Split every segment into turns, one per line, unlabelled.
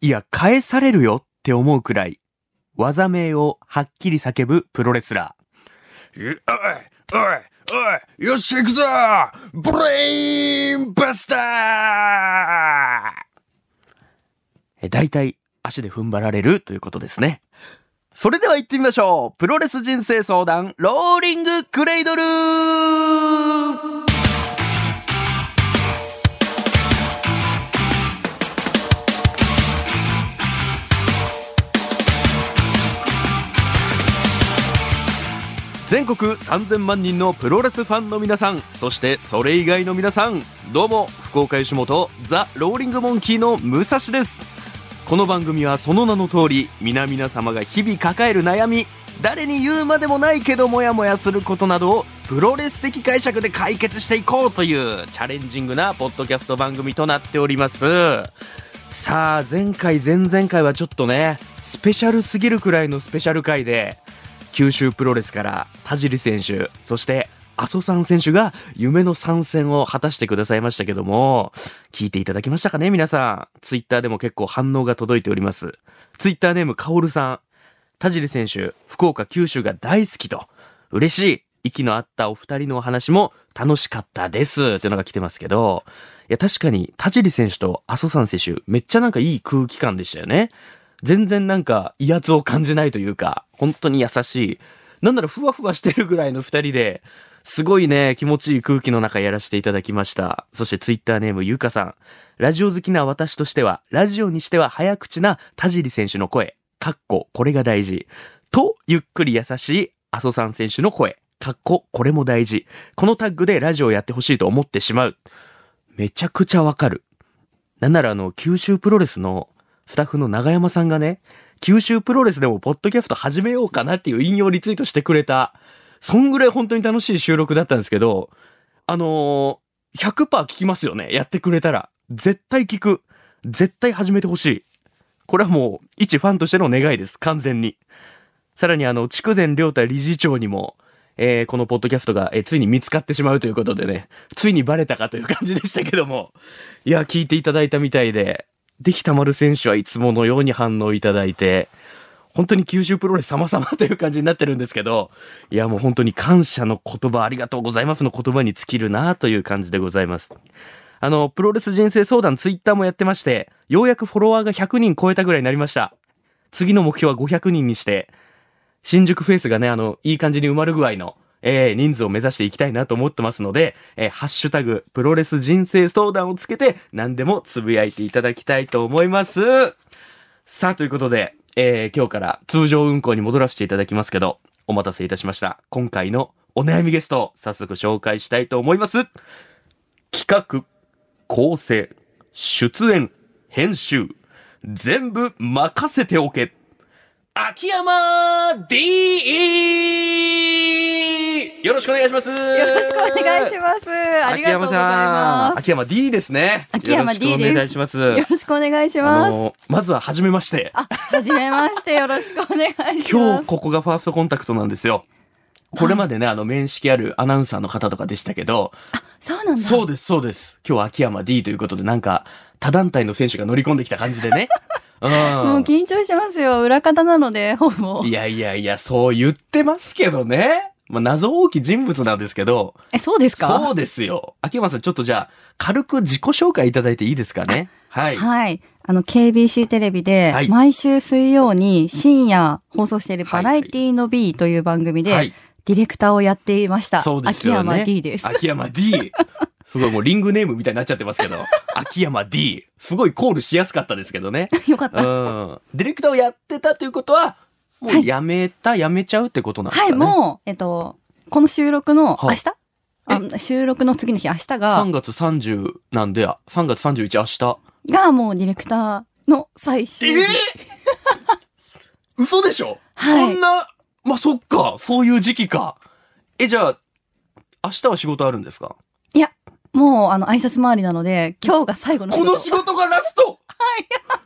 いや、返されるよって思うくらい、技名をはっきり叫ぶプロレスラー。
おいおいよっしゃ行くぞブレインバスター
え大体足で踏ん張られるということですね。それでは行ってみましょうプロレス人生相談、ローリングクレイドル全国3000万人のプロレスファンの皆さんそしてそれ以外の皆さんどうも福岡吉本ザ・ローリングモンキーの武蔵ですこの番組はその名の通り皆々様が日々抱える悩み誰に言うまでもないけどモヤモヤすることなどをプロレス的解釈で解決していこうというチャレンジングなポッドキャスト番組となっておりますさあ前回前々回はちょっとねスペシャルすぎるくらいのスペシャル回で九州プロレスから田尻選手そして阿蘇さん選手が夢の参戦を果たしてくださいましたけども聞いていただきましたかね皆さんツイッターでも結構反応が届いておりますツイッターネームかおるさん田尻選手福岡九州が大好きと嬉しい息の合ったお二人のお話も楽しかったですっていうのが来てますけどいや確かに田尻選手と阿蘇さん選手めっちゃなんかいい空気感でしたよね全然なんか威圧を感じないというか、本当に優しい。なんならふわふわしてるぐらいの二人で、すごいね、気持ちいい空気の中やらせていただきました。そしてツイッターネームゆうかさん。ラジオ好きな私としては、ラジオにしては早口な田尻選手の声。かっこ、これが大事。と、ゆっくり優しい阿蘇さん選手の声。かっこ、これも大事。このタッグでラジオやってほしいと思ってしまう。めちゃくちゃわかる。なんならあの、九州プロレスのスタッフの永山さんがね、九州プロレスでもポッドキャスト始めようかなっていう引用リツイートしてくれた、そんぐらい本当に楽しい収録だったんですけど、あのー、100%聞きますよね。やってくれたら。絶対聞く。絶対始めてほしい。これはもう、一ファンとしての願いです。完全に。さらにあの、筑前良太理事長にも、えーこのポッドキャストが、えーついに見つかってしまうということでね、ついにバレたかという感じでしたけども、いや、聞いていただいたみたいで、できたまる選手はいつものように反応いただいて、本当に九州プロレス様々という感じになってるんですけど、いやもう本当に感謝の言葉、ありがとうございますの言葉に尽きるなという感じでございます。あの、プロレス人生相談ツイッターもやってまして、ようやくフォロワーが100人超えたぐらいになりました。次の目標は500人にして、新宿フェイスがね、あの、いい感じに埋まる具合の、えー人数を目指していきたいなと思ってますので、えーハッシュタグ、プロレス人生相談をつけて、何でもつぶやいていただきたいと思います。さあ、ということで、えー今日から通常運行に戻らせていただきますけど、お待たせいたしました。今回のお悩みゲストを早速紹介したいと思います。企画、構成、出演、編集、全部任せておけ。秋山 D! よろしくお願いします。よ
よろしくお願いします。ありがとうございま
秋山 D ですね。
秋山 D
よろしくお願いします。
す。よろしくお願いしま
あ
す。
のまずは初めまして。
あ、はじめまして。よろしくお願いし
今
ま
日
す。
ここがファーストコンタクトなんですよ。これまでね、あの、面識あるアナウンサーの方とかでしたけど、
そうなんだ。
そうです、そうです。今日は秋山 D ということで、なんか、他団体の選手が乗り込んできた感じで ね。うん。
もう緊張しますよ。裏方なので、ほぼ
い。やいやいや、そう言ってますけどね。まあ、謎多き人物なんですけど、
え、そうですか
そうですよ。秋山さん、ちょっとじゃあ、軽く自己紹介いただいていいですかね。はい。
はい。あの、KBC テレビで
はい、
毎週水曜に深夜放送しているバラエティの B という番組
は
で、
い。
ディレクターをやっていました。
そうです
秋
よね。
山 D です。
秋山 D。すごいもうリングネームみたいになっちゃってますけど、秋山 D。すごいコールしやすかったですけどね。
よかっ
う
た。
ん。ディレクターをやってたということは、もうやめた、やめちゃうってことなんです
は
か
い、
ね。
もう、えっと、この収録の明
はい
日あ収録の次の日、明日が
3、月30なんで、3月31明日。
がもうディレクターの最終日。
ー、嘘でしょ、
はい
そんな、まあ、そっか、そういう時期か。え、じゃあ、明日は仕事あるんですか
もうあの挨拶回りなので、今日が最後の
この仕
事
事がラスト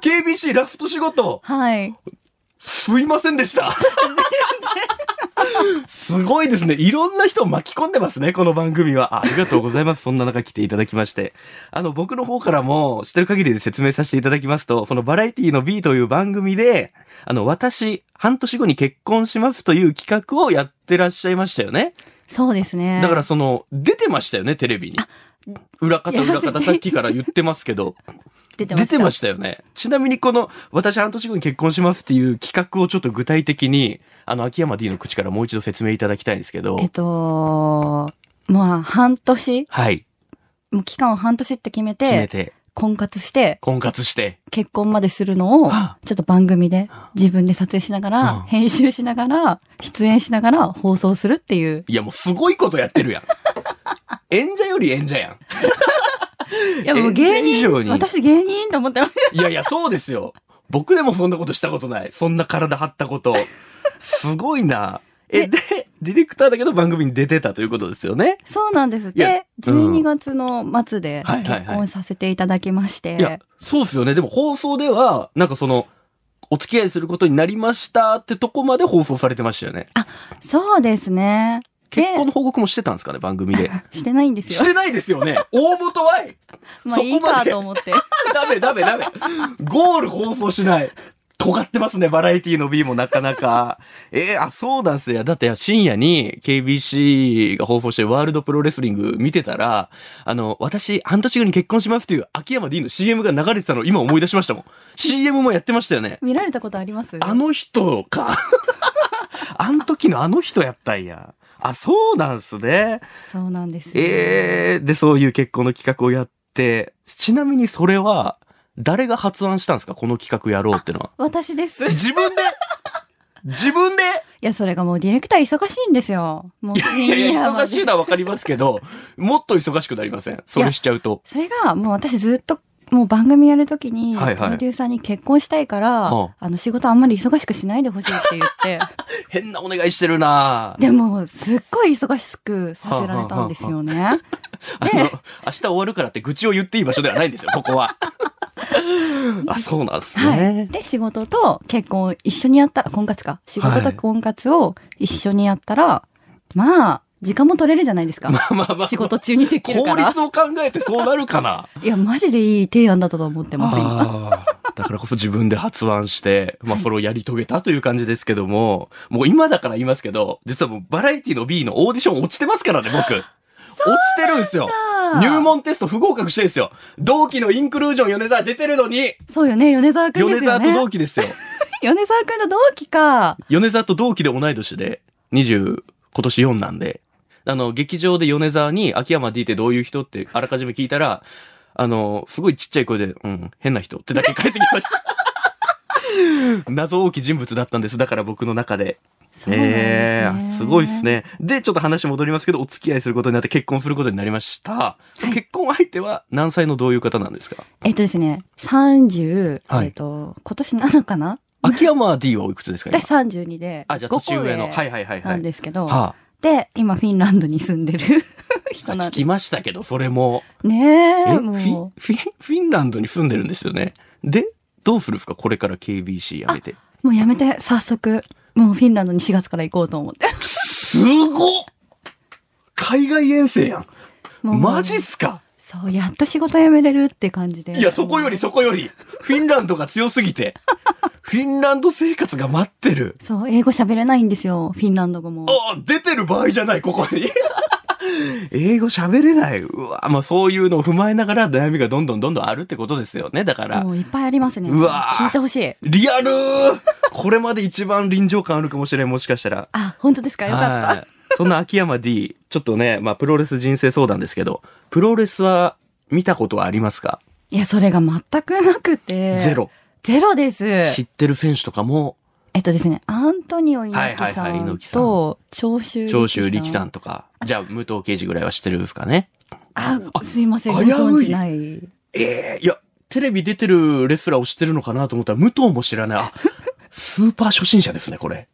KBC ラスト仕事
はい。
すいませんでした。 すごいですね。いろんな人を巻き込んでますね、この番組は。あありがとうございます。そんな中来ていただきまして。あの、僕の方からも知ってる限りで説明させていただきますと、そのバラエティの B という番組で、あの、私、半年後に結婚しますという企画をやってらっしゃいましたよね。
そうですね。
だからその、出てましたよね、テレビに。裏方、
やら
裏
せて
方、さっきから言ってますけど。
出てま
出
した。
てましたよね。ちなみにこの、私半年後に結婚しますっていう企画をちょっと具体的に、あの、秋山 D の口からもう一度説明いただきたいんですけど。
えっと、まあ、半年、
はい。
もう期間を半年って決め
決め
て、
て、
婚活して、
婚活して。
結婚までするのを、
は
ちょっと番組で自分で撮影しながら、
うん
編集しながら、出演しながら放送するっていう。
いや、もうすごいことやって るやん。演者より演者やん。
いや、もう
え
芸
以上
人、
に
私芸人と思 ってます。
いやいや、そうですよ。僕でもそんなことしたことない。そんな体張ったこと。すごいな。え、で、ディレクターだけど番組に出てたということですよね。
そうなんです。
いや
で、
うん
12月の末で
はいはいはい
結婚させていただきまして、
いや、そうですよね。でも放送では、なんかその、お付き合いすることになりましたってとこまで放送されてましたよね。
そうですね。で
結婚の報告もしてたんですかね、番組 で。
してないんです
し
よ。
てないですよね。大元はい。
まあいい
そこま
か
で
と 思って。
ダメダメダメ。ゴール放送しない。尖ってますね、バラエティの B もなかなか。えーあ、そうなんすや。だって深夜に KBC が放送してるワールドプロレスリング見てたら、あの、私、半年後に結婚しますっていう秋山 D の CM が流れてたのを今思い出しましたもん。CM もやってましたよね。
見られたことあります
あの人か。 あの時のあの人やったんや。あ、そうなんすね。
そうなんですよ。
えー、で、そういう結婚の企画をやって、ちなみにそれは、誰が発案したんですかこの企画やろうってのは。
私です。い
自分で自分で
や、それがもうディレクター忙しいんですよ。もう深
いや
夜ま
忙しい
で。
のはわかりますけど、もっと忙しくなりませんそれしちゃうと。
それが、もう私ずっと、もう番組やるときに、プ
はいはい
ロデューサーに結婚したいから、
は
あの仕事あんまり忙しくしないでほしいって言って、
変なお願いしてるなぁ
でも、すっごい忙しくさせられたんですよね。
あの、明日終わるからって愚痴を言っていい場所ではないんですよ、ここ は。あ、そうなんですね。
はい。で、仕事と結婚を一緒にやったら、婚活か。仕事と婚活を一緒にやったら、まあ、時間も取れるじゃないですか。
まあまあまあ
仕事中にできるか
効
ら。
率を考えてそうなるか な。
いや、マジでいい提案だったと思ってます、今。
あーだからこそ自分で発案 して、まあそれをやり遂げたという感じですけども、もう今だから言いますけど、実はもうバラエティの B のオーディション落ちてますからね、僕。落ちてるんですよ。入門テスト不合格してるんですよ。同期のインクルージョン米沢出てるのに、
そうよね、米沢くんで
米
すよ
沢
ね。
と同期ですよ。
米沢くんの同期か。
米沢と同期で同い年で、20、今年4なんで、あの、劇場で米沢に秋山 D ってどういう人ってあらかじめ聞いたら、あの、すごいちっちゃい声で、うん、変な人ってだけ返ってきました。 謎大き人物だったんです。だから僕の中で。
そうなんですね。
えーすごいです。ね。で、ちょっと話戻りますけど、お付き合いすることになって結婚することになりました。
い
結婚相手は何歳のどういう方なんですか
えっとですね、30、
はい
えっと、今年7かな
秋山 D はおいくつですか今
私32で。
あ、じゃあ年上の。
5個
はいはいはいは
なん
い。
ですけど、
は
で、今フィンランドに住んでる
あ、
人なん
聞
で
きましたけど、それも。
す。ね
え
え、
フィ
も
ンフィンフィンランドに住んでるんですよね。で、どうするんですかこれから KBC やめて。
う、もうやめて、早速、もうフィンランドに4月から行こうと思って。
すごっ海外遠征やん。
もう
マジっすか
そう、やっと仕事辞めれるって感じで。
いや、そこよりそこより、フィンランドが強すぎ て、フィンランド生活が待ってる。
そう、英語喋れないんですよ、フィンランド語も。
あ出てる場合じゃない、ここに。英語喋れない。うわ、まあそういうのを踏まえながら悩みがどんどんどんどんあるってことですよね。だから
も。ういっぱいありますね。
うわー
聞いてほしい。
リアルーこれまで一番臨場感あるかもしれん、もしかしたら。
あ、本当ですかよかった。
はいそんな秋山 D、ちょっとね、まあ、プロレス人生相談ですけど、プロレスは見たことはありますか、
いや、それが全くなくて。
ゼ。ロ。
ゼロです。
知ってる選手とかも、
えっとですね、アントニオ猪木さ
はいはいはい
ん
猪木さん
と、長州力さん。
長州力さんとか、じゃあ、武藤敬司ぐらいは知ってるんですかね
あ、すいません、
危
ご
うい
存知ない。
ええいや、テレビ出てるレスラーを知ってるのかなと思ったら、武藤も知らない。あ、スーパー初心者ですね、これ。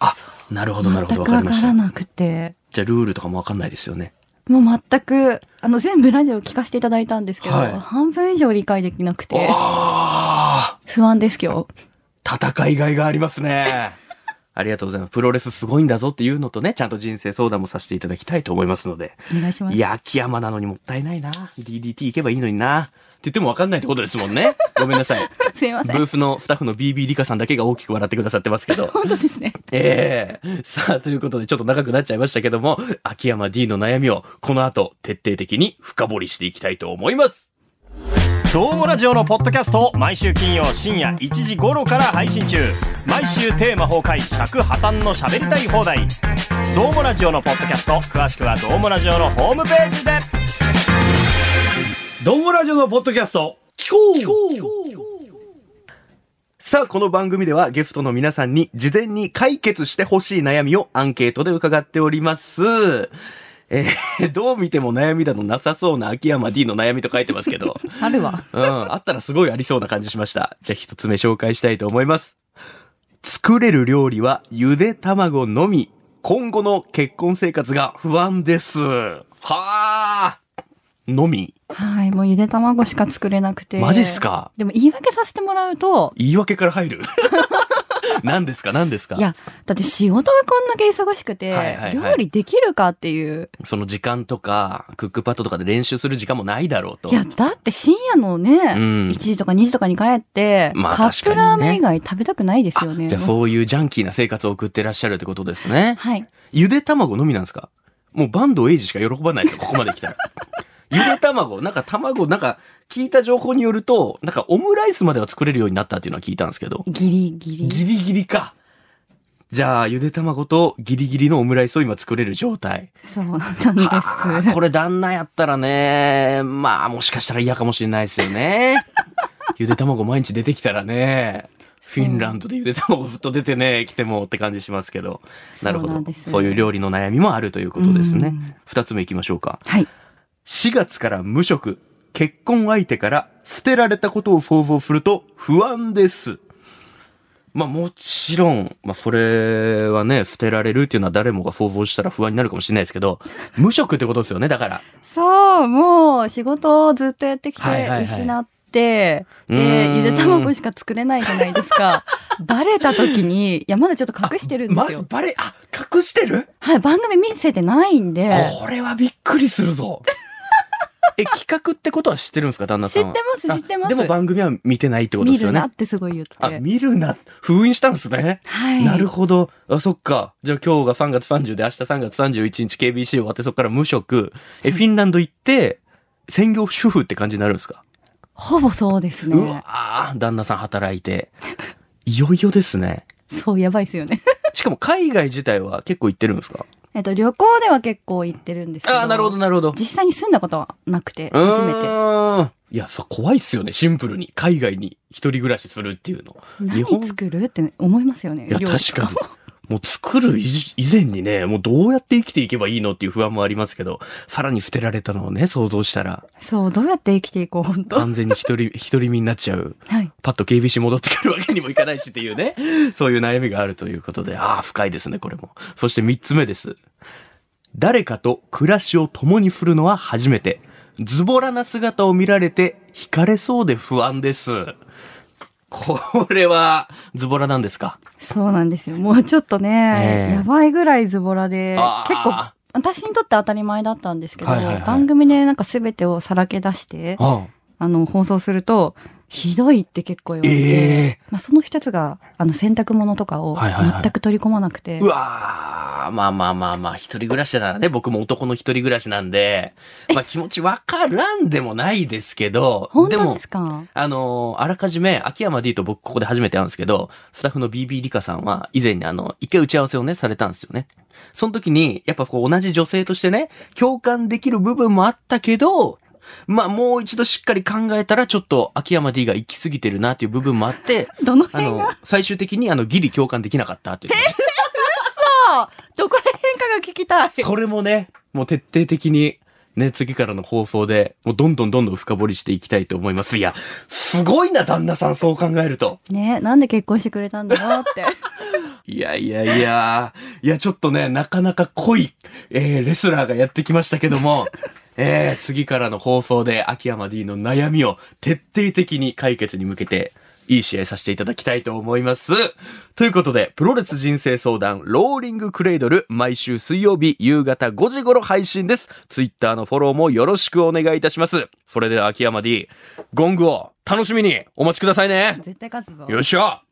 あ、なるほど、なるほど、
全
わ
く
か
わ
りまし
から
た。
なくて。
じゃあ、ルールとかもわかんないですよね。
もう全く、あの、全部ラジオ聞かせていただいたんですけど、
はい
半分以上理解できなくて、
ああ
不安です、今日。
戦いがいがありますね。 ありがとうございます。プロレスすごいんだぞっていうのとね、ちゃんと人生相談もさせていただきたいと思いますので。
お願いします
いや、秋山なのにもったいないな。DDT 行けばいいのにな。って言っても分かんないってことですもんね。ごめんなさい。
すいま
ブ
せん
ースのスタッフの BB リカさんだけが大きく笑ってくださってますけど。
本当ですね
ええ さあ、ということでちょっと長くなっちゃいましたけども、秋山 D の悩みをこの後徹底的に深掘りしていきたいと思います。
どうもラジオのポッドキャストを毎週金曜深夜1時頃から配信中毎週テーマ崩壊尺破綻の喋りたい放題どうもラジオのポッドキャスト詳しくはどうもラジオのホームページで
どんごラジオのポッドキャスト
さあ、この番組ではゲストの皆さんに事前に解決してほしい悩みをアンケートで伺っております。えーどう見ても悩みだのなさそうな秋山 D の悩みと書いてますけど。
あるわ
うん、あったらすごいありそうな感じしました。じゃあ一つ目紹介したいと思います。作れる料理はゆで卵のみ。今後の結婚生活が不安です。はあのみ。
はいもうゆで卵しか作れなくて
マジっすか
でも言い訳させてもらうと
言い訳から入る。 何ですか何ですか
いやだって仕事がこんだけ忙しくて、
はいはいはい
料理できるかっていう
その時間とか、クックパッドとかで練習する時間もないだろうと。
いやだって深夜のね、
うん
1時とか2時とかに帰って、
まあ
カップラー
確かに
メン
ね
以外食べたくないですよね
あじゃあそういうジャンキーな生活を送ってらっしゃるってことですね。
はい
ゆで卵のみなんですかもうバンドエイジしか喜ばないですよ、ここまで来 たら。ゆで卵、なんか卵、なんか聞いた情報によると、なんかオムライスまでは作れるようになったっていうのは聞いたんですけど、
ギリギリ
ギリギリか。じゃあ、ゆで卵とギリギリのオムライスを今作れる状態。
そうなんです
は あこれ旦那やったらね、まあもしかしたら嫌かもしれないですよ ね。ゆで卵毎日出てきたらね、フ
そう
ィンランドでゆで卵ずっと出てね、来てもって感じしますけど。なるほど。そ
そ
うう,、
なんです
いう料理の悩みもあるということです
う
ね
ん。
二つ目いきましょうか。
はい
4月から無職、結婚相手から捨てられたことを想像すると不安です。まあもちろん、まあそれはね、捨てられるっていうのは誰もが想像したら不安になるかもしれないですけど、無職ってことですよね、だから。
そうもう仕事をずっとやってき
はいはいは
て
い
失って、
うーん
でゆで卵しか作れないじゃないです かバレた時にいやまだちょっと隠してるんですよ、
まバレ、あ、隠してる
はい番組見せてないんで
これはびっくりする ぞ。え、企画ってことは知ってるんですか、旦那
知
さ
っ
ん
て
は。
ます知ってま
あ
す
でも番組は見てないってことで
見
すよ
るな
ね
っ。てすごい言って
あ、見るな。封印したんですね。
はい
なるほど。あ、そっか。じゃあ今日が3月30で明日3月31日 KBC 終わってそっから無職。え、フィンランド行って、専業主婦って感じになるんですか、
ほぼそうです
う
ね
わー旦那さん働いて。 いよいよですね。
そうやばいですよね
しかも海外自体は結構行ってるんですか
えっと旅行では結構行ってるんですけど
ああ、なるほど、なるほど。
実際に住んだことはなくて初めて
めて。いや、さ、怖いっすよね。シンプルに。海外に一人暮らしするっていうの。日本
何作るって思いますよね
いや、
料理
確かに。もう作る以以前にね、もうどうやって生きていけばいいのっていう不安もありますけど、さらに捨てられたのをね、想像したら、
そうどうやって生きていこう本当
完全に一人、一人身になっちゃう。
はい
パッと KBC 戻ってくるわけにもいかないしっていう ね、そういう悩みがあるということで、ああ、深いですね、これも。そして三つ目です。誰かと暮らしを共にするのは初めて。ズボラな姿を見られて、惹かれそうで不安です。これは、ズボラなんですか
そうなんですよ。もうちょっとね、
ええ
やばいぐらいズボラで
あ、ー
結構、私にとって当たり前だったんですけど、
はいはいはい
番組でなんか全てをさらけ出して、あ
あ
の、放送すると、ひどいって結構言われて、
え
まあ、その一つが、あの、洗濯物とかを
はいはいはい
全く取り込まなくて、
うわー、まあまあまあまあ、一人暮らしならね、僕も男の一人暮らしなんで、まあ気持ちわからんでもないですけど、
本当
も
です、か
あのーあらかじめ、秋山 D と僕ここで初めて会うんですけど、スタッフの BB リカさんは、以前にあの、一回打ち合わせをね、されたんですよね。その時に、やっぱこう同じ女性としてね、共感できる部分もあったけど、まあもう一度しっかり考えたら、ちょっと秋山 D が行き過ぎてるなっていう部分もあって、
どの
あ
辺
の
が、、
最終的にあの、ギリ共感できなかったという。
どこら辺かが聞きたい。
それもね、もう徹底的に、ね、次からの放送で、もうどんどんどんどん深掘りしていきたいと思います。いや、すごいな、旦那さん、そう考えると。
ねなんで結婚してくれたんだろうって。
いやいやいや、いや、ちょっとね、なかなか濃い、えーレスラーがやってきましたけども、えー次からの放送で、秋山 D の悩みを徹底的に解決に向けて、いい試合させていただきたいと思います。ということで、プロレス人生相談、ローリングクレイドル、毎週水曜日夕方5時頃配信です。ツイッターのフォローもよろしくお願いいたします。それでは秋山 D、ゴングを楽しみにお待ちくださいね。
絶対勝つぞ。
よっしゃ